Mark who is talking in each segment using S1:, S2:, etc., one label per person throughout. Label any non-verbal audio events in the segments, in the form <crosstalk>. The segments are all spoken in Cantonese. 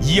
S1: 以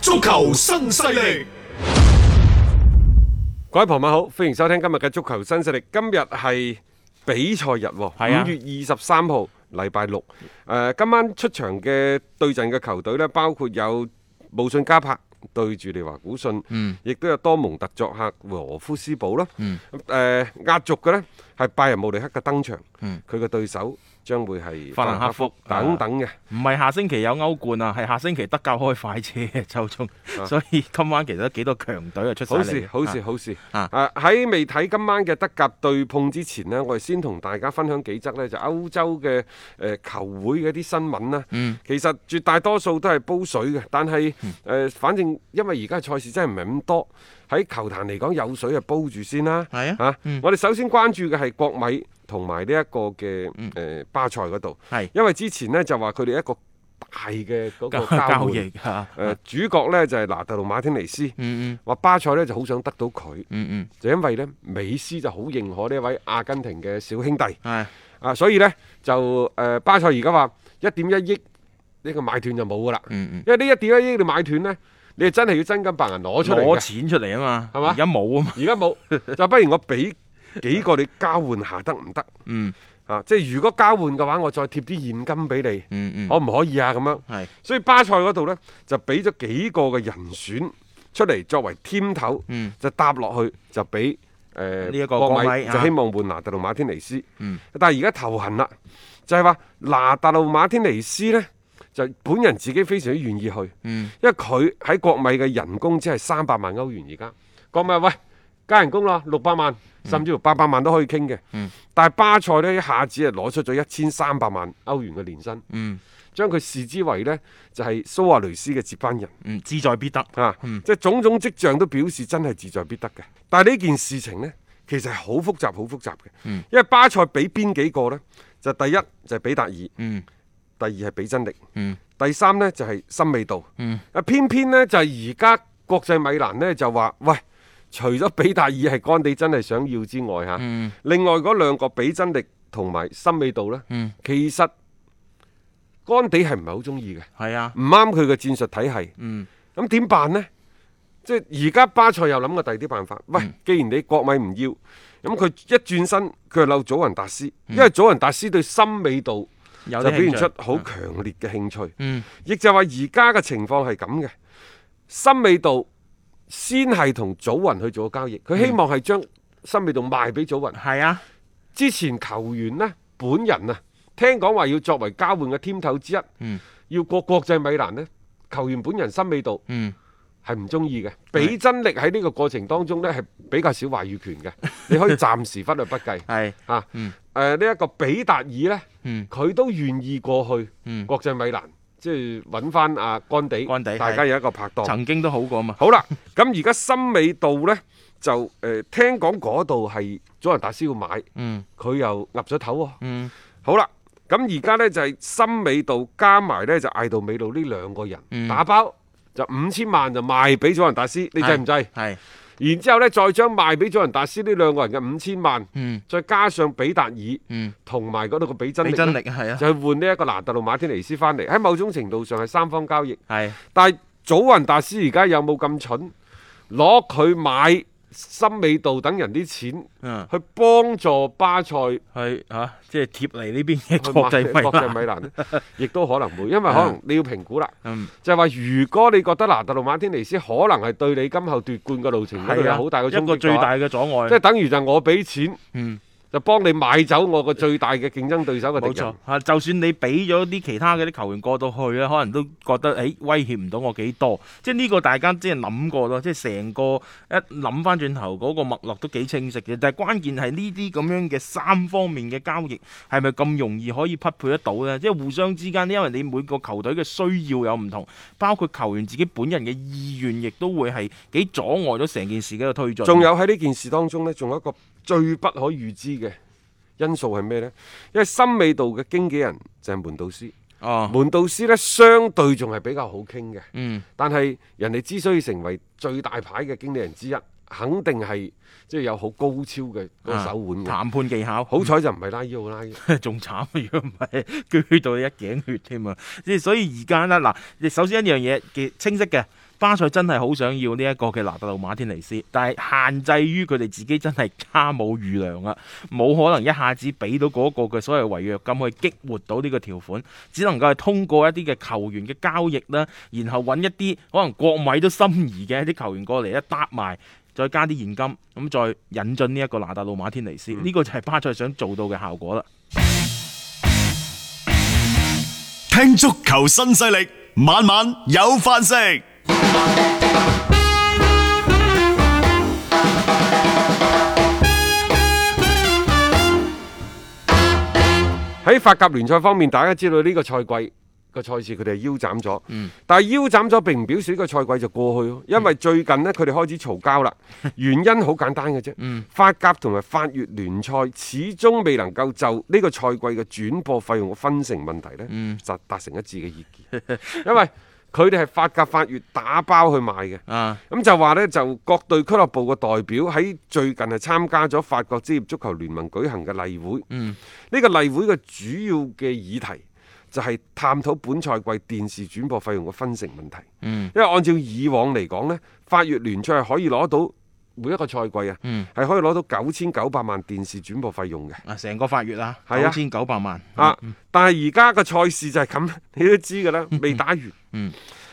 S1: 足球新勢力，
S2: 各位傍晚好，歡迎收聽今日嘅足球新勢力。今日係比賽日喎，
S3: 係啊
S2: 五月二十三號，禮拜六。誒、今晚出場嘅對陣嘅球隊呢，包括有慕遜加柏對住利華古信，亦都有多蒙特作客和夫斯堡啦。誒、壓軸嘅呢係拜仁慕尼黑嘅登場，佢嘅、對手將會係
S3: 法蘭克福
S2: 等等嘅。
S3: 唔係下星期有歐冠啊，係下星期德甲開快車嘅周中，所以今晚其實都幾多強隊啊出晒
S2: 啊好
S3: 嚟
S2: 事
S3: 嘅。
S2: 好事
S3: 啊
S2: 好事！
S3: 啊
S2: 啊喺未睇今晚嘅德甲對碰之前呢，我哋先同大家分享幾則呢，就歐洲嘅誒、呃球會嘅一啲新聞啦。
S3: 嗯
S2: 其實絕大多數都係煲水嘅，但係誒、呃反正因為而家嘅賽事真係唔係咁多，喺球壇嚟講有水就煲住先啦。
S3: 係啊
S2: 我哋首先關注嘅係國米同埋呢一個嘅誒、呃巴塞嗰度，
S3: 嗯係
S2: 因為之前呢就話佢哋一個大嘅嗰個
S3: 交
S2: 交
S3: 交
S2: 換
S3: 易啊嚇，
S2: 誒、呃主角呢就係、拿特路馬天尼斯，話、
S3: 嗯
S2: 巴塞呢就好想得到佢，
S3: 嗯
S2: 就因為呢美斯就好認可呢位阿根廷嘅小兄弟，
S3: 嗯，係
S2: 啊，所以呢，就誒、呃巴塞而家話一點一億呢個買斷就冇噶啦，
S3: 嗯嗯，
S2: 因為呢一點一億你買斷呢，你係真係要真金白銀攞出嚟
S3: 攞
S2: 嘅，
S3: 錢出嚟啊嘛，
S2: 係嘛
S3: 而家冇啊嘛，
S2: 而家冇， <laughs> 就不如我俾幾個你交換下得唔得？
S3: 嗯
S2: 啊，即係如果交換嘅話，我再貼啲現金俾你，
S3: 嗯嗯，
S2: 可唔可以啊？咁樣。
S3: 係
S2: 所以巴塞嗰度呢，就俾咗幾個嘅人選出嚟作為添頭，
S3: 嗯
S2: 就搭落去就俾呃誒
S3: 呢一個國米
S2: 就
S3: 啊
S2: 希望換拿特路馬天尼斯。
S3: 嗯
S2: 但係而家頭痕啦，就係話拿特路馬天尼斯呢，就本人自己非常之願意去，
S3: 嗯
S2: 因為佢喺國米嘅人工只係三百萬歐元而家。國米話喂加人工啦，六百萬甚至乎八百萬都可以傾嘅。
S3: 嗯
S2: 但係巴塞呢，一下子係攞出咗一千三百萬歐元嘅年薪。
S3: 嗯
S2: 將佢視之為呢，就係、蘇亞雷斯嘅接班人
S3: 嗯，志在必得，嗯
S2: 啊！即係種種跡象都表示真係志在必得嘅。但係呢件事情呢，其實係好複雜、好複雜嘅，
S3: 嗯
S2: 因為巴塞俾邊幾個呢？就第一就係比達爾，第
S3: 嗯
S2: 二係比真力，
S3: 嗯
S2: 第三呢就係森美度。
S3: 嗯
S2: 啊，偏偏呢，就係而家國際米蘭呢，就話喂。除咗比達爾係干地真係想要之外嚇，
S3: 嗯
S2: 另外嗰兩個比真力同埋森美度呢，
S3: 嗯，
S2: 其實干地係唔係好中意嘅。
S3: 係啊，
S2: 唔啱佢嘅戰術體系，
S3: 嗯
S2: 咁點辦呢？即係而家巴塞又諗過第二啲辦法。喂，
S3: 嗯
S2: 既然你國米唔要，咁佢一轉身佢就漏祖雲達斯，因為祖雲達斯對森美度
S3: 嗯有
S2: 就
S3: 啲
S2: 表現
S3: 興
S2: 出
S3: 趣
S2: 好強烈嘅興趣。
S3: 嗯
S2: 亦就話而家嘅情況係咁嘅，森美度先係同祖雲去做交易，佢希望係將森美度賣俾祖雲。
S3: 係啊，
S2: 之前球員呢，本人啊，聽講話要作為交換嘅添頭之一，
S3: 嗯
S2: 要過國際米蘭呢，球員本人心味度
S3: 嗯
S2: 係唔中意嘅。比真力喺呢個過程當中呢，係比較少話語權
S3: <laughs>
S2: 嘅，你可以暫時忽略不計
S3: 係
S2: 啊。
S3: 嗯
S2: 誒呢一個比達爾呢，
S3: 嗯
S2: 佢都願意過去
S3: 嗯，
S2: 國際米蘭，即係揾翻阿干地，
S3: 干地
S2: 大家有一個拍檔。
S3: 曾經都好過嘛，
S2: 好啦，咁而家森美度呢，就誒、呃、聽講嗰度係祖雲達斯要買，
S3: 嗯
S2: 佢又岌咗頭喎、
S3: 嗯
S2: 好啦，咁而家呢就係森美度加埋呢就艾杜美路呢兩個人、
S3: 嗯
S2: 打包就五千萬就賣俾祖雲達斯，你制唔制？
S3: 係
S2: 然之後呢，再將賣俾祖雲達斯呢兩個人嘅五千萬，
S3: 嗯
S2: 再加上比達爾
S3: 嗯，
S2: 同埋嗰度個比真
S3: 俾
S2: 力，
S3: 真力係啊，
S2: 就去換呢一個拿特路馬天尼斯翻嚟。喺某種程度上係三方交易，
S3: 係
S2: 但係祖雲達斯而家有冇咁蠢攞佢買森美度等人啲錢
S3: 嗯
S2: 去幫助巴塞。
S3: 係嚇，即係貼嚟呢邊嘅
S2: 去
S3: 國際米
S2: 國際
S3: 蘭啊
S2: 米蘭
S3: <laughs>
S2: 呢亦都可能會，因為可能你要評估啦，
S3: 嗯
S2: 就係話如果你覺得拿特路馬天尼斯可能係對你今後奪冠嘅路程嗰度
S3: 係
S2: 有
S3: 啊，
S2: 好大嘅衝
S3: 一個
S2: 擊
S3: 最
S2: 嘅
S3: 大
S2: 話，
S3: 嘅阻
S2: 即係
S3: 礙。
S2: 等於就我俾錢，
S3: 嗯
S2: 就幫你買走我個最大嘅競爭對手嘅
S3: 冇
S2: 敵人
S3: 錯。嚇，就算你俾咗啲其他嗰啲球員過到去咧，可能都覺得誒、哎威脅唔到我幾多，即係呢個大家即係諗過咯，即係成個一諗翻轉頭嗰個脈絡都幾清晰嘅。但係關鍵係呢啲咁樣嘅三方面嘅交易係咪咁容易可以匹配得到呢？即係互相之間，因為你每個球隊嘅需要有唔同，包括球員自己本人嘅意願，亦都會係幾阻礙咗成件事嘅一個推進。
S2: 仲有喺呢件事當中呢，仲有一個最不可預知嘅因素係咩呢？因為森美度嘅經紀人就係門導師。
S3: 哦，
S2: 門導師呢，相對仲係比較好傾嘅，
S3: 嗯
S2: 但係人哋之所以成為最大牌嘅經理人之一，肯定係即係有好高超嘅嗰個手腕嘅。
S3: 談判技巧
S2: 好彩就唔係拉伊奧拉伊，
S3: <laughs> 仲慘啊！如果唔係，鋸到你一頸血添啊！即係所以而家咧，嗱，你首先一樣嘢嘅清晰嘅，巴塞真係好想要呢一個嘅拿特魯馬天尼斯，但係限制於佢哋自己真係家冇餘糧啊，冇可能一下子俾到嗰個嘅所謂違約金去激活到呢個條款，只能夠係通過一啲嘅球員嘅交易啦，然後揾一啲可能國米都心儀嘅一啲球員過嚟咧搭埋。再加啲現金，咁再引進呢一個拿特魯馬天尼斯，呢、個就係巴塞想做到嘅效果啦。
S4: 聽足球新勢力，晚晚有飯食。
S2: 喺法甲聯賽方面，大家知道呢個賽季個賽事佢哋係腰斬咗，但係腰斬咗並唔表示呢個賽季就過去咯，因為最近呢，佢哋開始嘈交啦。原因好簡單嘅啫，法甲同埋法乙聯賽始終未能夠就呢個賽季嘅轉播費用嘅分成問題呢，就達成一致嘅意見，因為佢哋係法甲法乙打包去買嘅。
S3: 啊，
S2: 咁就話呢，就各隊俱樂部嘅代表喺最近係參加咗法國職業足球聯盟舉行嘅例會。嗯，呢個例會嘅主要嘅議題就係探討本賽季電視轉播費用嘅分成問題。嗯，因為按照以往嚟講呢，法乙聯賽係可以攞到每一個賽季啊，係、可以攞到九千九百萬電視轉播費用嘅。
S3: 啊，成個法月啊，
S2: 係啊
S3: 九千九百萬
S2: 啊！但係而家個賽事就係咁， <laughs> 你都知㗎啦，未打完。嗯，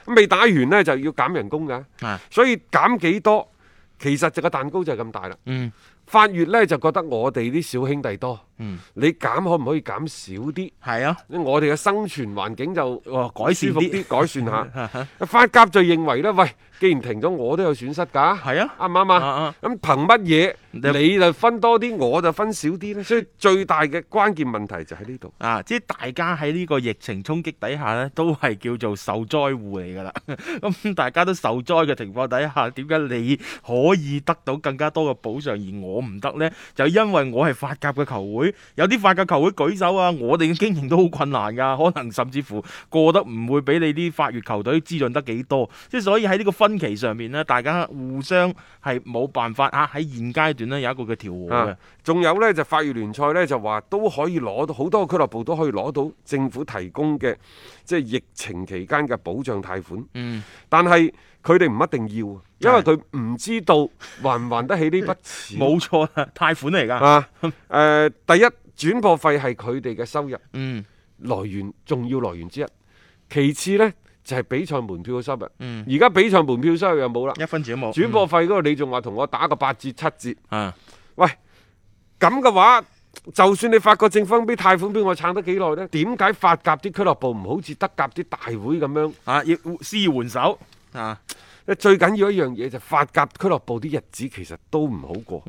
S2: 未打完呢就要減人工㗎
S3: 啊。
S2: 所以減幾多，其實就個蛋糕就係咁大啦。
S3: 嗯，
S2: 法越呢就覺得我哋啲小兄弟多。嗯，你減可唔可以減少啲？
S3: 係啊，
S2: 我哋嘅生存環境就
S3: 哦改善
S2: 舒服啲，
S3: 啲
S2: 改善
S3: <laughs>
S2: 下。法甲就認為呢，喂，既然停咗，我都有損失㗎。
S3: 係啊
S2: 啱唔啱
S3: 啊啊
S2: 啊？咁憑乜嘢
S3: 你
S2: 你就分多啲，我就分少啲呢？所以最大嘅關鍵問題就喺呢度。
S3: 啊，即係大家喺呢個疫情衝擊底下呢，都係叫做受災戶嚟㗎啦。 <laughs> 咁大家都受災嘅情況底下，點解你可以得到更加多嘅補償，而我唔得呢？就因為我係法甲嘅球會，有啲法甲球會舉手啊，我哋嘅經營都好困難㗎，可能甚至乎過得唔會俾你啲法乙球隊滋潤得幾多。即係所以喺呢個分歧上面呢，大家互相係冇辦法啊喺現階段呢，有一個嘅調和嘅
S2: 啊。，仲有呢，就法乙聯賽呢，就話都可以攞到好多俱樂部都可以攞到政府提供嘅即係疫情期間嘅保障貸款。
S3: 嗯，
S2: 但係佢哋唔一定要，因為佢唔知道還唔還得起呢筆錢。
S3: 冇錯啦，貸款嚟㗎。
S2: 啊，誒、第一轉播費係佢哋嘅收入
S3: 嗯
S2: 來源，重要來源之一。其次呢，就係、比賽門票嘅收入。
S3: 嗯，
S2: 而家比賽門票收入又冇啦，
S3: 一分錢都冇。
S2: 轉播費嗰度你仲話同我打個八折七折。
S3: 啊，
S2: 喂，咁嘅話，就算你法國政府俾貸款俾我撐得幾耐呢？點解法甲啲俱樂部唔好似德甲啲大會咁樣？
S3: 啊，要施以援手啊，
S2: 最緊要一樣嘢就係法甲俱樂部啲日子其實都唔好過。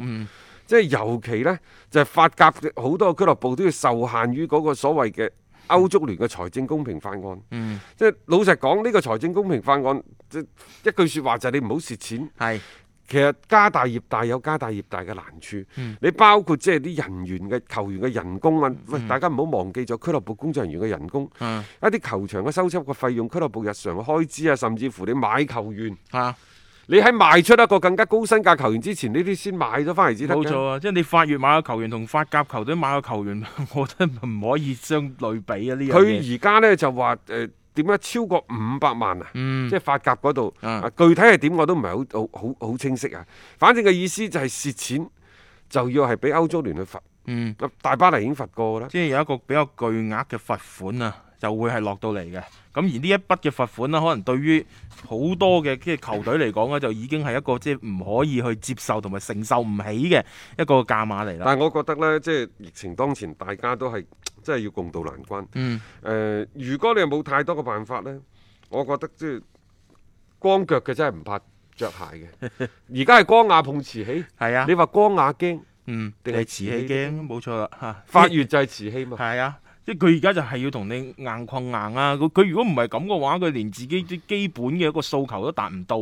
S2: 即係尤其呢，就係、法甲嘅好多俱樂部都要受限於嗰個所謂嘅歐足聯嘅財政公平法案。即係老實講，呢、個財政公平法案，即一句説話就係你唔好蝕錢。
S3: 係
S2: 其實家大業大有家大業大嘅難處，
S3: 嗯
S2: 你包括即係啲人員嘅球員嘅人工啊，喂，大家唔好忘記咗俱樂部工作人員嘅人工，
S3: 嗯
S2: 一啲球場嘅收葺嘅費用、俱樂部日常嘅開支啊，甚至乎你買球員，
S3: 啊，
S2: 你喺賣出一個更加高身價球員之前，呢啲先買咗翻嚟至得
S3: 冇
S2: 嘅
S3: 錯啊！即係你法乙買個球員同法甲 <laughs> 球隊買個球員，我覺得唔可以相類比啊！呢樣嘢
S2: 佢而家呢就話誒、呃點解超過五百萬啊？即係法甲嗰度
S3: 嗯啊
S2: 啊，具體係點我都唔係好好好好清晰啊。反正嘅意思就係蝕錢就要係俾歐洲聯去罰。
S3: 嗯，
S2: 大巴黎已經罰過㗎啦。
S3: 即係有一個比較巨額嘅罰款啊，就會係落到嚟嘅。咁而呢一筆嘅罰款啊啦，可能對於好多嘅即係球隊嚟講咧，就已經係一個即係唔可以去接受同埋承受唔起嘅一個價碼嚟啦。
S2: 但係我覺得呢，即係疫情當前，大家都係真係要共度難關。
S3: 嗯，
S2: 誒、如果你冇太多嘅辦法呢，我覺得即係光腳嘅真係唔怕着鞋嘅。
S3: <laughs>
S2: 而家係光亞碰瓷器，
S3: 係啊
S2: 你，話光亞驚，
S3: 嗯，
S2: 定
S3: 定
S2: 係
S3: 係瓷器驚，冇錯啦嚇。
S2: 法越就係瓷器嘛。
S3: <laughs> 係啊，即係佢而家就係要同你硬困硬啊！佢佢如果唔係咁嘅話，佢連自己啲基本嘅一個訴求都達唔到，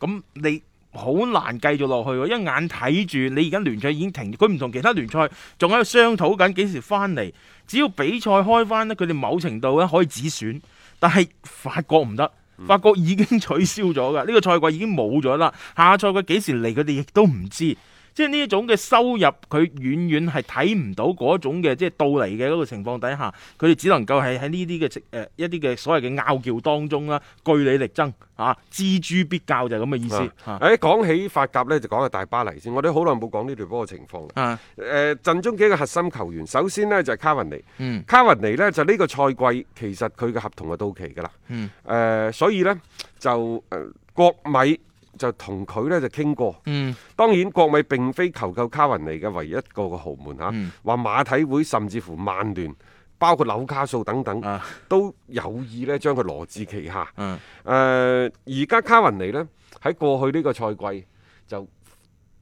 S3: 咁你。好難繼續落去喎，一眼睇住你而家聯賽已經停，佢唔同其他聯賽仲喺度商討緊幾時翻嚟。只要比賽開翻呢，佢哋某程度咧可以止損，但係法國唔得，
S2: 嗯
S3: 法國已經取消咗㗎， <laughs> 呢、個賽季已經冇咗啦。下賽季幾時嚟，佢哋亦都唔知。即係呢一種嘅收入，佢遠遠係睇唔到嗰種嘅，即係到嚟嘅嗰個情況底下，佢哋只能夠係喺呢啲嘅情誒一啲嘅所謂嘅拗撬當中啦，據理力爭啊，锱銖必較就係咁嘅意思
S2: 啊
S3: 啊
S2: 誒講、起法甲呢，就講下大巴黎先。我哋好耐冇講呢隊波嘅情況啦。
S3: 啊
S2: 誒、陣中幾個核心球員，首先呢就係、卡雲尼。
S3: 嗯
S2: 卡雲尼呢，就呢個賽季其實佢嘅合同係到期㗎啦。
S3: 嗯
S2: 誒、呃所以呢，就誒、國米就同佢呢就傾過。
S3: 嗯
S2: 當然，國米並非求救卡雲尼嘅唯一一個嘅豪門嚇，
S3: 嗯
S2: 話、馬體會甚至乎曼聯，包括紐卡素等等，
S3: 啊
S2: 都有意呢將佢羅致旗下。誒、
S3: 嗯
S2: 而家卡雲尼呢，喺過去呢個賽季就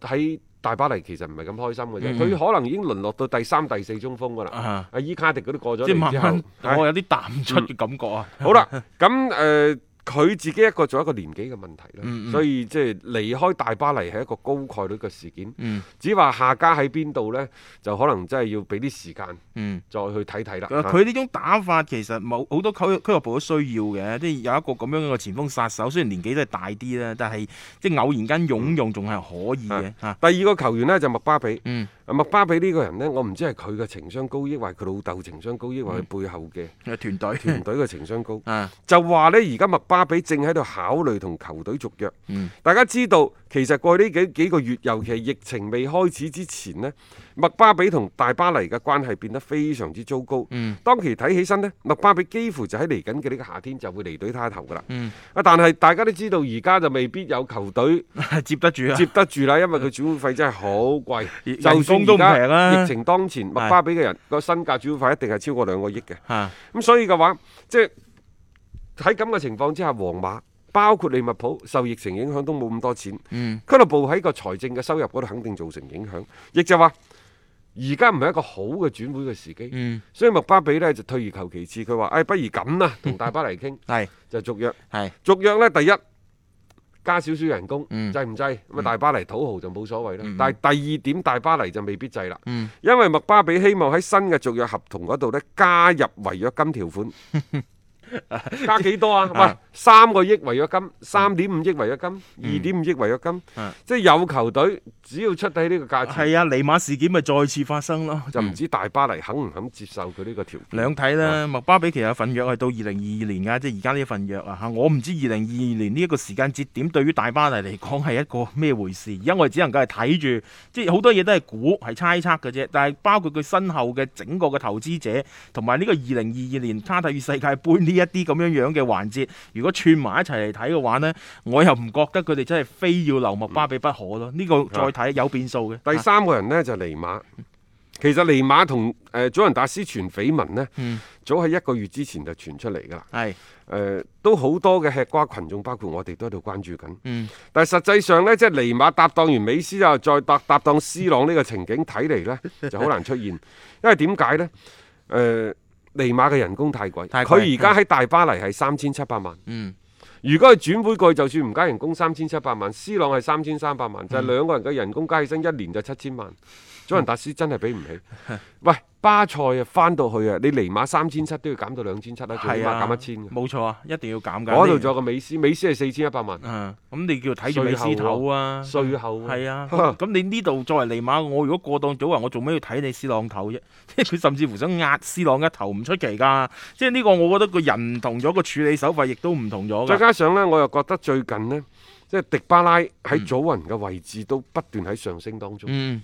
S2: 喺大巴黎其實唔係咁開心嘅啫，佢、可能已經淪落到第三、第四中鋒㗎啦。
S3: 嗯啊，
S2: 阿伊卡迪嗰啲過咗
S3: 即係
S2: 嚟
S3: 慢
S2: 之後，
S3: 慢
S2: 係
S3: 我有啲淡出嘅感覺 <laughs> 啊，
S2: 好啦，咁誒，呃佢、自己一個做一個年紀嘅問題啦，
S3: 嗯嗯
S2: 所以即係離開大巴黎係一個高概率嘅事件。
S3: 嗯
S2: 只話下家喺邊度呢，就可能真係要俾啲時間
S3: 嗯。
S2: 再去睇睇啦。
S3: 佢佢呢種打法其實冇好多俱俱樂部都需要嘅，即係有一個咁樣嘅前鋒殺手，雖然年紀都係大啲啦，但係即係偶然間擁用仲係可以嘅嚇。
S2: 第二個球員呢，就麥巴比，
S3: 嗯，
S2: 啊麥巴比呢個人呢，我唔知係佢嘅情商高，抑或係佢老豆情商高，抑或係
S3: 嗯
S2: 背後嘅
S3: 有 <laughs> 團隊。
S2: 團隊嘅情商高
S3: <laughs> 啊，
S2: 就話呢，而家麥巴比正喺度考慮同球隊續約。
S3: 嗯
S2: 大家知道，其實過去呢幾幾個月，尤其係疫情未開始之前呢，麥巴比同大巴黎嘅關係變得非常之糟糕。
S3: 嗯
S2: 當期睇起身呢，麥巴比幾乎就喺嚟緊嘅呢個夏天就會離隊他頭噶啦。
S3: 嗯
S2: 啊，但係大家都知道，而家就未必有球
S3: <laughs>
S2: 隊
S3: 接得住啊
S2: 接，得住啦，因為佢轉會費真係好貴，
S3: 人
S2: 就算
S3: 工都唔
S2: 而家
S3: 平啊
S2: 疫情當前，麥巴比嘅人個身價轉會費一定係超過兩個億嘅。
S3: 嚇
S2: 咁所以嘅話，即係喺咁嘅情況之下，皇馬包括利物浦受疫情影響都冇咁多錢，
S3: 嗯
S2: 俱樂部喺個財政嘅收入嗰度肯定造成影響，亦就話而家唔係一個好嘅轉會嘅時機，
S3: 嗯
S2: 所以麥巴比呢就退而求其次，佢話：，誒、哎不如咁啦，同大巴黎傾
S3: 係
S2: 就續約，
S3: 係
S2: 續約呢，第一。加少少人工，
S3: 嗯
S2: 制唔制？咁啊，大巴黎土豪就冇所謂啦。但係第二點，大巴黎就未必制啦。
S3: 嗯
S2: 因為麥巴比希望喺新嘅續約合同嗰度咧加入違約金條
S3: <laughs>
S2: 款，加幾多啊？喂
S3: 啊，
S2: 三個億違約金，三點五億違約金，二點五億違約金
S3: 嗯啊，
S2: 即係有球隊只要出得起呢個價錢，
S3: 係啊，尼馬事件咪再次發生咯。
S2: 就唔知大巴黎肯唔肯接受佢呢個條件。
S3: 兩睇
S2: 啊
S3: 啦，麥巴比其實有份約係到二零二二年噶，即係而家呢份約啊嚇。我唔知二零二二年呢一個時間節點對於大巴黎嚟講係一個咩回事。而家我哋只能夠係睇住，即係好多嘢都係估係猜測嘅啫。但係包括佢身後嘅整個嘅投資者，同埋呢個二零二二年卡塔爾世界盃呢一啲咁樣樣嘅環節，如果串埋一齊嚟睇嘅話呢，我又唔覺得佢哋真係非要留麥巴比不可咯。呢、個再睇有變數嘅。
S2: 啊第三個人呢，就係尼馬，其實尼馬同誒祖雲達斯傳緋聞呢，
S3: 嗯
S2: 早喺一個月之前就傳出嚟㗎啦。
S3: 係
S2: 誒、呃都好多嘅吃瓜群眾，包括我哋都喺度關注緊。
S3: 嗯
S2: 但係實際上呢，即係尼馬搭檔完美斯之後，再搭搭檔斯朗呢個情景睇嚟
S3: <laughs>
S2: 呢，就好難出現。因為點解呢？誒、呃尼馬嘅人工太貴，
S3: 太貴
S2: 佢而家喺大巴黎係三千七百萬。
S3: 嗯
S2: 如果佢轉會過去，就算唔
S3: 嗯
S2: 加人工三千七百萬，斯朗係三千三百萬，就係、兩個人嘅人工加起身一年就七千萬。祖雲達斯真係俾唔起。
S3: <laughs>
S2: 喂，巴塞啊，翻到去啊，你尼馬三千七都要減到兩千七啦，最起
S3: 係
S2: 碼
S3: 啊，
S2: 減一千嘅。
S3: 冇錯啊，一定要減㗎。
S2: 嗰度仲有個美斯，美斯係四千一百萬，
S3: 嗯，咁你叫睇住美斯頭啊，
S2: 税後喎 <laughs>
S3: 係啊，咁你呢度作為尼馬，我如果過檔早啊，我做咩要睇你斯朗頭啫？ <laughs> 即係佢甚至乎想壓斯朗一頭唔出奇㗎。即係呢個，我覺得個人唔同咗，個處理手法亦都唔同咗
S2: 再
S3: 㗎。
S2: 加上呢，我又覺得最近呢，即係迪巴拉喺祖雲嘅位置都不斷喺上升當中。
S3: 嗯，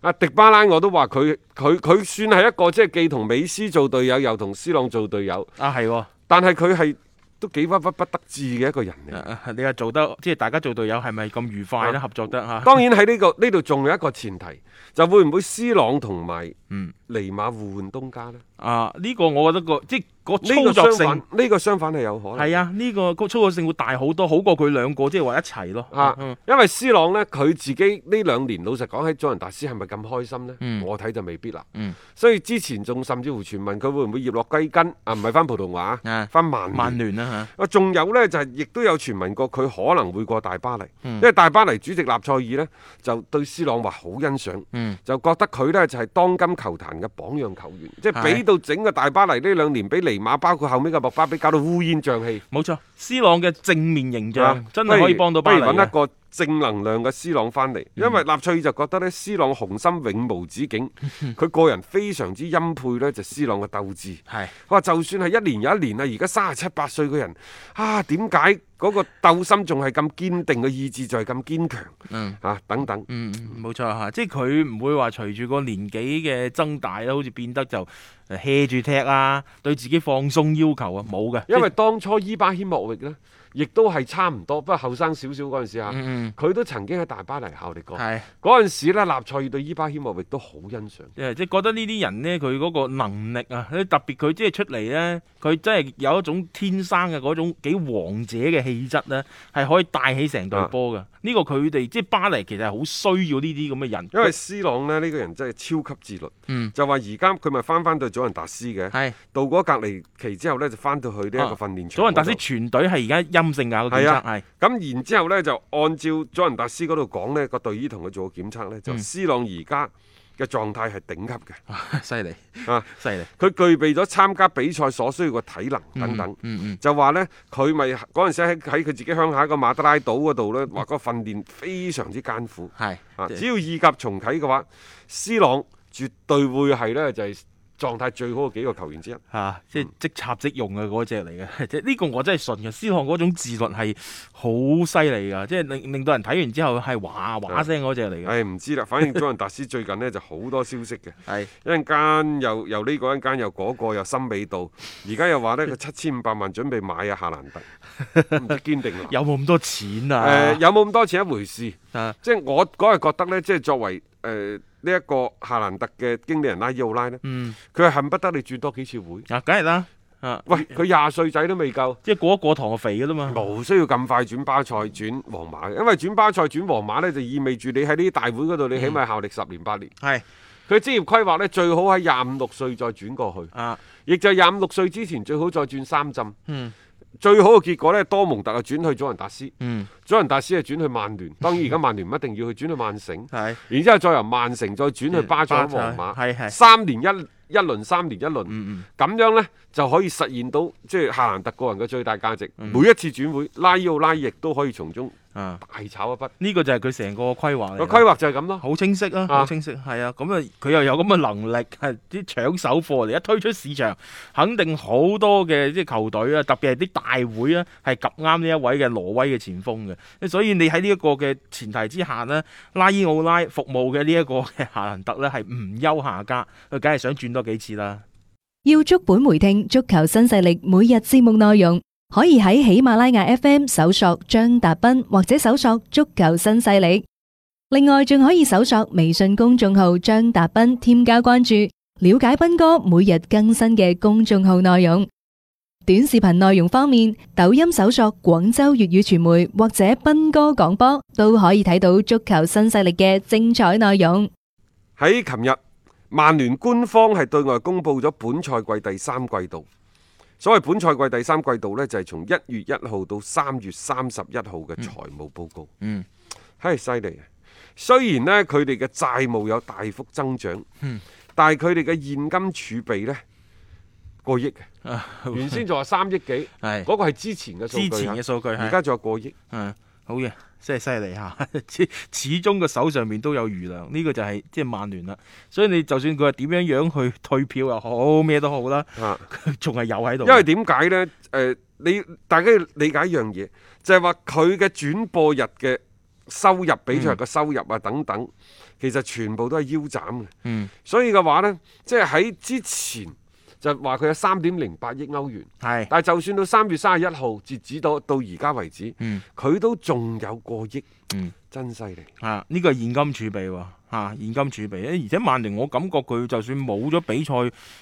S2: 啊，迪巴拉我都話佢佢佢算係一個即係既同美斯做隊友，又同斯朗做隊友，
S3: 啊係喎。
S2: 但係佢係都幾屈屈不得志嘅一個人嚟。
S3: 啊你話做得即係大家做隊友係咪咁愉快咧？
S2: 啊
S3: 合作得嚇，
S2: 當然喺呢、個呢度仲有一個前提，就會唔會斯朗同埋
S3: 嗯
S2: 尼馬互換東家呢？
S3: 啊呢個我覺得個即係個
S2: 呢、個
S3: 操作
S2: 相
S3: 性
S2: 反，呢、個相反係有可能。
S3: 係啊，呢個個操作性會大好多，好過佢兩個即係話一齊咯。
S2: 啊
S3: 嗯，
S2: 因為斯朗呢，佢自己呢兩年老實講喺祖雲達斯係咪咁開心呢？
S3: 嗯
S2: 我睇就未必啦。
S3: 嗯
S2: 所以之前仲甚至乎傳聞佢會唔會葉落歸根啊？唔係翻葡萄牙
S3: 啊，
S2: 翻曼
S3: 曼
S2: 聯。
S3: 聯啦
S2: 啊，仲有呢，就係、亦都有傳聞過佢可能會過大巴黎，
S3: 嗯
S2: 因為大巴黎主席納賽爾呢，就對斯朗話好欣賞，
S3: 嗯
S2: 就覺得佢呢，就係、當今球壇嘅榜樣球員，即係
S3: 係
S2: 俾到整個大巴黎呢兩年俾尼馬，包括後尾嘅莫巴比搞到烏煙瘴氣。
S3: 冇錯，斯朗嘅正面形象
S2: 啊
S3: 真係可以幫到巴黎啊
S2: 不如揾一
S3: 嘅。嗯
S2: 個正能量嘅斯朗翻嚟，因為納粹爾就覺得呢，斯朗雄心永無止
S3: <laughs>
S2: 境，佢個人非常之欽佩呢，就斯朗嘅鬥志。
S3: 係
S2: 佢話就算係一年又一年啊，而家三十七八歲嘅人啊，點解嗰個鬥心仲係咁堅定嘅意志，就係咁堅強？
S3: 嗯
S2: 啊，等等。
S3: 嗯，嗯冇錯嚇，即係佢唔會話隨住個年紀嘅增大咧，好似變得就誒 hea 住踢啊，對自己放鬆要求啊，冇嘅。
S2: 因為當初伊巴謙莫域呢，亦都係差唔多，不過後生少少嗰陣時嚇，啊
S3: 嗯
S2: 佢都曾經喺大巴黎效力過。
S3: 係。
S2: 嗰陣時呢，納粹爾對伊巴謙莫域都好欣賞。
S3: 誒，即係覺得呢啲人呢，佢嗰個能力啊，特別佢即係出嚟呢，佢真係有一種天生嘅嗰種幾王者嘅氣質呢，係可以帶起成
S2: 啊
S3: 隊波嘅。呢、個佢哋即係巴黎其實係好需要呢啲咁嘅人，
S2: 因為斯朗呢，呢、個人真係超級自律，
S3: 嗯
S2: 就話而家佢咪翻翻到祖雲達斯嘅，
S3: 係
S2: 到嗰隔離期之後呢，就翻到去呢一個
S3: 啊
S2: 訓練場嗰度。
S3: 祖雲達斯全隊係而家陰性㗎個檢
S2: 係
S3: 測
S2: 啊
S3: 係
S2: 咁然之後呢，就按照祖雲達斯嗰度講呢個隊醫同佢做個檢測呢，就
S3: 嗯
S2: 斯朗而家嘅狀態係頂級嘅， <laughs>
S3: 犀利
S2: 啊
S3: 犀利，
S2: 佢具備咗參加比賽所需要嘅體能等等。
S3: 嗯嗯
S2: 就話呢，佢咪嗰陣時喺喺佢自己鄉下個馬德拉島嗰度呢，話嗰個訓練非常之艱苦。
S3: 係
S2: 啊，
S3: 即係
S2: 只要意甲重啟嘅話，斯朗絕對會係呢，就係、狀態最好嘅幾個球員之一。
S3: 啊，即
S2: 嗯
S3: 係即插即用嘅嗰只嚟嘅， <laughs> 即係呢個我真係信嘅。斯朗嗰種自律係好犀利㗎，即係令令到人睇完之後係
S2: 嗯
S3: 嘩嘩聲嗰只嚟嘅，
S2: 唉，唔知啦，反正祖雲達斯最近呢就好多消息嘅，
S3: 係。
S2: 一陣間又又呢個，一陣間又嗰、個，又森美度，而家又話呢，佢七千五百萬準備買啊夏蘭特，唔知堅定
S3: <laughs>
S2: 啦。
S3: 有冇咁多錢
S2: 誒、
S3: 啊？
S2: 有冇咁多錢一回事，
S3: 啊
S2: 即係我嗰日覺得呢，即係作為誒呢一個夏蘭特嘅經理人拉伊奧拉呢，
S3: 嗯，
S2: 佢係恨不得你轉多幾次會。
S3: 啊，梗係啦，啊，
S2: 喂，佢廿歲仔都未夠。
S3: 即係過一過堂就肥噶啦嘛，
S2: 冇需要咁快轉巴塞轉皇馬嘅，因為轉巴塞轉皇馬呢，就意味住你喺呢啲大會嗰度，
S3: 嗯
S2: 你起碼效力十年八年。
S3: 係
S2: 佢職業規劃呢，最好喺廿五六歲再轉過去，
S3: 啊，
S2: 亦就係廿五六歲之前最好再轉三浸。
S3: 嗯
S2: 最好嘅結果呢，多蒙特啊轉去祖雲達斯，
S3: 嗯，
S2: 祖雲達斯啊轉去曼聯。當然而家曼聯唔一定要去轉去曼城，
S3: 係
S2: 然之後再由曼城再轉去巴塞、
S3: 嗯巴塞
S2: 皇馬，
S3: 係係
S2: 三年一一輪，三年一輪。
S3: 嗯
S2: 咁樣呢，就可以實現到即係夏蘭特個人嘅最大價值。每一次轉會，拉伊奧拉亦都可以從中
S3: 嗯啊，
S2: 大炒一筆。
S3: 呢個就係佢啊成個規劃嚟
S2: 個
S3: 㗎，
S2: 規劃就係咁咯。
S3: 好清晰啊，好清晰，係啊，咁啊，佢又有咁嘅能力，係啲搶手貨嚟，一推出市場，肯定好多嘅即係球隊啊，特別係啲大會啊，係及啱呢一位嘅挪威嘅前鋒嘅，所以你喺呢一個嘅前提之下呢，拉伊奧拉服務嘅呢一個嘅夏蘭特呢，係唔憂下家，佢梗係想轉多幾次啦。
S5: 要足本回聽足球新勢力每日節目內容，可以喺喜馬拉雅 FM 搜索張達斌或者搜索足球新勢力。另外，仲可以搜索微信公眾號張達斌，添加關注，了解斌哥每日更新嘅公眾號內容。短視頻內容方面，抖音搜索廣州粵語傳媒或者斌哥廣播，都可以睇到足球新勢力嘅精彩內容。
S2: 喺琴日，曼聯官方係對外公布咗本賽季第三季度。所謂本賽季第三季度呢，就係從一月一號到三月三十一號嘅財務報告。
S3: 嗯，
S2: 嘿，犀利啊！雖然呢，佢哋嘅債務有大幅增長，
S3: 嗯
S2: 但係佢哋嘅現金儲備呢，過億嘅，原先就話三億幾，
S3: 啊係
S2: 嗰個係之前嘅數啊據
S3: 之前
S2: 啊
S3: 嘅數據
S2: 而
S3: 係
S2: 家仲有過億。
S3: 嗯，好嘢，真係犀利嚇！ <laughs> 始始終個手上面都有餘糧，呢、個就係即係曼聯啦。所以你就算佢係點樣樣去退票又好，咩都好啦，
S2: 啊
S3: 佢 <laughs> 仲係有喺度。
S2: 因為點解呢？誒、呃你大家要理解一樣嘢，就係話佢嘅轉播日嘅收入、比賽日嘅收入啊等等，其實全部都係腰斬嘅。
S3: 嗯，
S2: 所以嘅話呢，即係喺之前就話佢有三點零八億歐元，
S3: 係
S2: 但係就算到三月三十一號截止到到而家為止，佢、
S3: 嗯
S2: 都仲有過億，
S3: 嗯
S2: 真犀利。
S3: 啊，呢、個係現金儲備喎。嚇、現金儲備，而且曼聯我感覺佢就算冇咗比賽，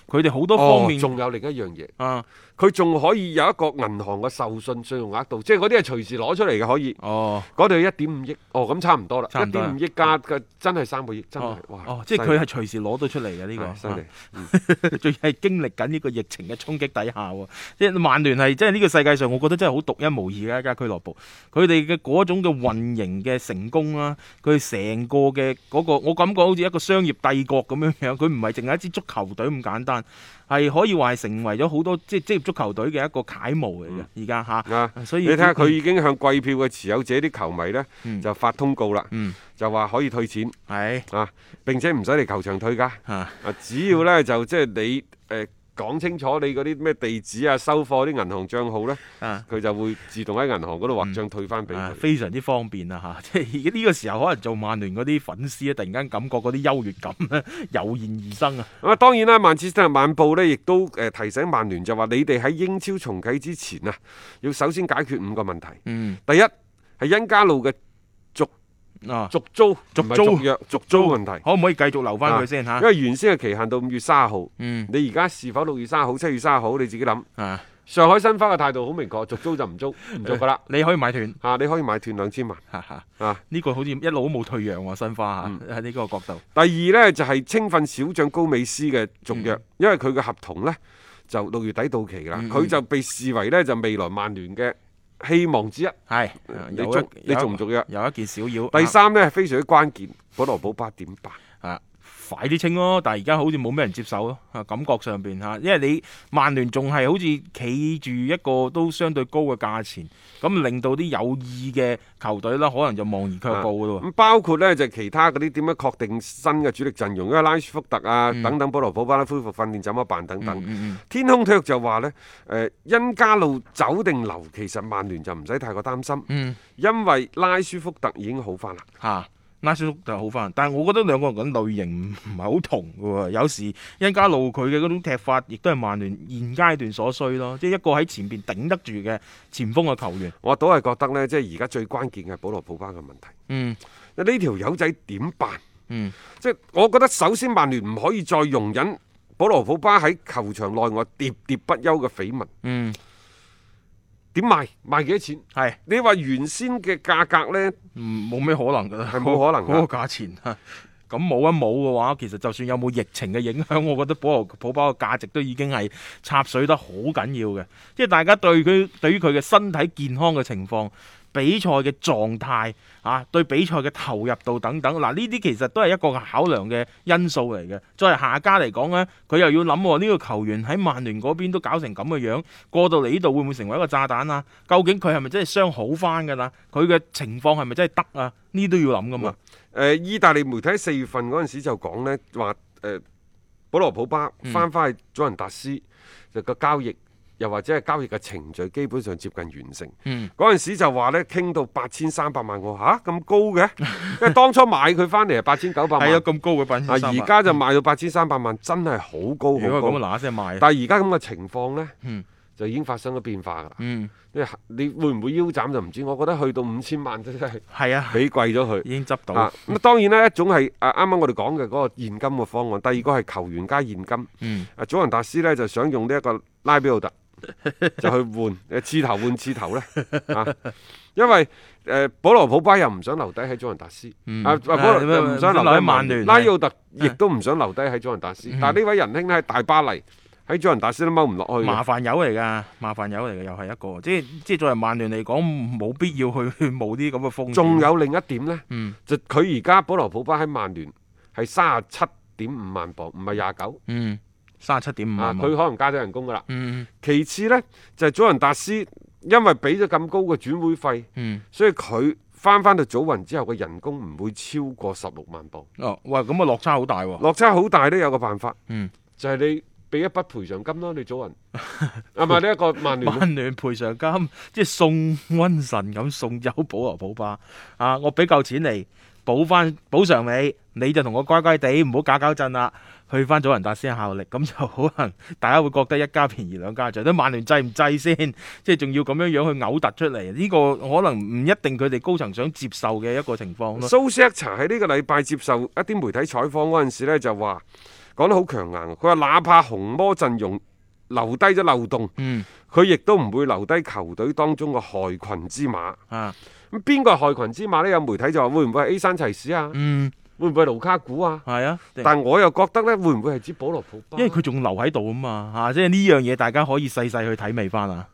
S3: 佢哋好多方面、
S2: 哦仲有另一樣嘢，
S3: 啊，
S2: 佢仲可以有一個銀行嘅授信信用額度，即係嗰啲係隨時攞出嚟嘅可以。
S3: 哦，
S2: 嗰度一點五億，哦咁差唔多啦，
S3: 差
S2: 一
S3: 唔多啦
S2: 點五億加嘅真係三個億，真係
S3: 哦
S2: 哇！
S3: 哦，即係佢係隨時攞到出嚟嘅呢
S2: 呢
S3: 個，
S2: 犀利，
S3: 仲係經歷緊呢個疫情嘅衝擊底下喎，即係曼聯係即係呢個世界上，我覺得真係好獨一無二嘅一家俱樂部。佢哋嘅嗰種嘅運營嘅成功啦，佢成個嘅嗰、個，我感覺好似一個商業帝國咁樣樣。佢唔係淨係一支足球隊咁簡單，係可以話係成為咗好多即係職業足球隊嘅一個楷模嚟嘅。而家嚇，
S2: 啊！
S3: 所以
S2: 你睇下佢已經向貴票嘅持有者啲球迷呢，
S3: 嗯
S2: 就發通告啦，
S3: 嗯
S2: 就話可以退錢
S3: 係
S2: 啊！並且唔使嚟球場退㗎，
S3: 嚇
S2: 啊只要
S3: 嗯
S2: 呢，就即係你誒、呃、講清楚你嗰啲咩地址啊、收貨啲銀行帳號呢，
S3: 啊。
S2: 佢就會自動喺銀行嗰度劃帳退翻俾
S3: 啊
S2: 佢。
S3: 非常之方便啊！嚇， <laughs> 即係呢個時候可能做曼聯嗰啲粉絲咧，啊突然間感覺嗰啲優越感 <laughs> 咧油然而生啊！
S2: 咁啊，當然啦，曼徹斯特晚報呢亦都誒提醒曼聯就話，你哋喺英超重啟之前啊，要首先解決五個問題。
S3: 嗯
S2: 第一係恩加路嘅
S3: 啊，
S2: 續租，
S3: 續
S2: 唔係
S3: 租
S2: 續約續租問題，啊
S3: 可唔可以繼續留翻佢先嚇
S2: 因？為原先嘅期限到五月三號，
S3: 嗯
S2: 你而家是否六月三號、七月三號，你自己諗。
S3: 啊，
S2: 上海申花嘅態度好明確，續租就
S3: <laughs>
S2: 唔租，唔做噶啦。
S3: 你可以買斷， <laughs>
S2: 啊，你可以買斷兩千萬
S3: 哈哈，
S2: 啊！嗯
S3: 呢個好似一路都冇退讓喎，申花嚇喺呢個角度，
S2: 第二呢，就係、青訓小將高美斯嘅續
S3: 嗯
S2: 約，因為佢嘅合同呢就六月底到期啦，佢、就被視為呢就未來曼聯嘅希望之一。
S3: 係啊
S2: 你
S3: 有一
S2: 續你
S3: 有一
S2: 續唔續約
S3: 有一件小妖，
S2: 第三呢，係非常之關鍵，保羅保巴點辦？
S3: 啊，快啲清咯！但係而家好似冇咩人接手咯，啊感覺上邊嚇，因為你曼聯仲係好似企住一個都相對高嘅價錢，咁令到啲有意嘅球隊啦，可能就望而卻步噶咯喎。
S2: 咁包括呢，就係其他嗰啲點樣確定新嘅主力陣容，因為拉舒福特啊、
S3: 嗯
S2: 等等，保羅保巴啦恢復訓練啊怎麼辦等等。天空體育就話呢，誒、恩加路走定留，其實曼聯就唔使太過擔心，
S3: 嗯
S2: 因為拉舒福特已經好翻啦。
S3: 嚇、拉舒福就好翻，但係我覺得兩個人類型唔唔係好同嘅喎。有時恩加路佢嘅嗰種踢法，亦都係曼聯現階段所需咯，即係一個喺前邊頂得住嘅前鋒嘅球員。
S2: 我倒係覺得呢，即係而家最關鍵嘅係保羅保巴嘅問題。
S3: 嗯
S2: 呢條友仔點辦？
S3: 嗯，
S2: 即係我覺得首先曼聯唔可以再容忍保羅保巴喺球場內外喋喋不休嘅緋聞。
S3: 嗯，
S2: 點賣？賣幾多錢？
S3: 係
S2: 你話原先嘅價格呢？
S3: 嗯冇咩可能㗎啦，
S2: 係冇可能㗎
S3: 嗰個價錢 <laughs> 嚇。咁冇一冇嘅話，其實就算有冇疫情嘅影響，我覺得保羅普巴嘅價值都已經係插水得好緊要嘅，即係大家對佢對於佢嘅身體健康嘅情況、比賽嘅狀態啊，對比賽嘅投入度等等，嗱呢啲其實都係一個考量嘅因素嚟嘅。作為下家嚟講呢，佢又要諗喎呢個球員喺曼聯嗰邊都搞成咁嘅樣，過到嚟呢度會唔會成為一個炸彈啊？究竟佢係咪真係傷好翻㗎啦？佢嘅情況係咪真係得啊？呢都要諗㗎嘛。
S2: 誒、呃意大利媒體喺四月份嗰陣時就講呢，話誒、保羅普巴
S3: 嗯
S2: 翻返去祖雲達斯就個交易，又或者係交易嘅程序基本上接近完成。
S3: 嗯
S2: 嗰陣時就話呢，傾到八千三百萬，我嚇咁高
S3: <laughs>
S2: 嘅，因為當初買佢翻嚟係八千九百萬，
S3: 係啊，
S2: 啊
S3: 咁高嘅品
S2: 而家就賣到八千三百萬，真係好高
S3: 如
S2: 好
S3: 果咁
S2: 高。
S3: 啊嗱嗱聲賣，
S2: 但係而家咁嘅情況呢，
S3: 嗯
S2: 就已經發生咗變化㗎啦。
S3: 嗯
S2: 你你會唔會腰斬就唔知，我覺得去到五千萬真係 <laughs>
S3: 係啊，
S2: 俾貴咗佢
S3: 已。經執到。嗯
S2: 啊，咁當然啦，一種係啊啱啱我哋講嘅嗰個現金嘅方案，第二個係球員加現金。
S3: 嗯，
S2: 啊，祖雲達斯呢就想用呢一個拉比奧
S3: <laughs>
S2: 特就去換誒刺頭換刺頭呢，啊，因為誒、呃保羅普巴又唔想留低喺祖雲達斯，啊啊保羅
S3: 啊
S2: 又唔想留
S3: 留
S2: 低
S3: 喺曼聯
S2: 拉
S3: 係嗯
S2: 比奧特亦都唔想留低喺祖雲達斯。但係呢位仁兄呢喺大巴黎喺祖雲達斯都踎唔落去嘅
S3: 麻。煩友嚟㗎，麻煩友嚟嘅又係一個，即係即係作為曼聯嚟講，冇必要去去冒啲咁嘅風險。
S2: 仲有另一點呢，
S3: 嗯
S2: 就佢而家保羅普巴喺曼聯係三十七點五萬磅，唔係廿九
S3: 嗯三十七點五
S2: 啊！
S3: 啊
S2: 佢
S3: 嘛，
S2: 可能加咗人工噶啦。
S3: 嗯
S2: 其次呢，就係祖雲達斯，因為俾咗咁高嘅轉會費，
S3: 嗯
S2: 所以佢翻翻到祖雲之後嘅人工唔會超過十六萬磅，
S3: 哦，喂，咁啊落差好大喎、
S2: 落差好大呢，有個辦法，
S3: 嗯
S2: 就係你俾一筆賠償金咯，你祖雲係咪呢一個曼
S3: <laughs>
S2: 聯？
S3: 曼聯賠償金， <laughs> 即係送瘟神咁送走保羅普巴啊！我俾夠錢你補翻補償你，你就同我乖乖地唔好搞搞震啦，去翻祖雲達斯效力，咁就 <laughs> 可能大家會覺得一家便宜兩家著。都曼聯制唔制先？ <laughs> 即係仲要咁樣樣去嘔突出嚟，呢、個可能唔一定佢哋高層想接受嘅一個情況咯。
S2: 蘇斯克查喺呢個禮拜接受一啲媒體採訪嗰陣時咧，就話講得好強硬。佢話哪怕紅魔陣容留低咗漏洞，
S3: 嗯
S2: 佢亦都唔會留低球隊當中嘅害群之馬。
S3: 啊，
S2: 咁邊個係害群之馬呢？有媒體就話會唔會係 A 山齊士啊？
S3: 嗯，
S2: 會唔會係盧卡古啊？
S3: 係啊。
S2: 但我又覺得呢，會唔會係指保羅普巴？啊
S3: 因為佢仲留喺度啊嘛，嚇、即係呢樣嘢大家可以細細去體味翻啊。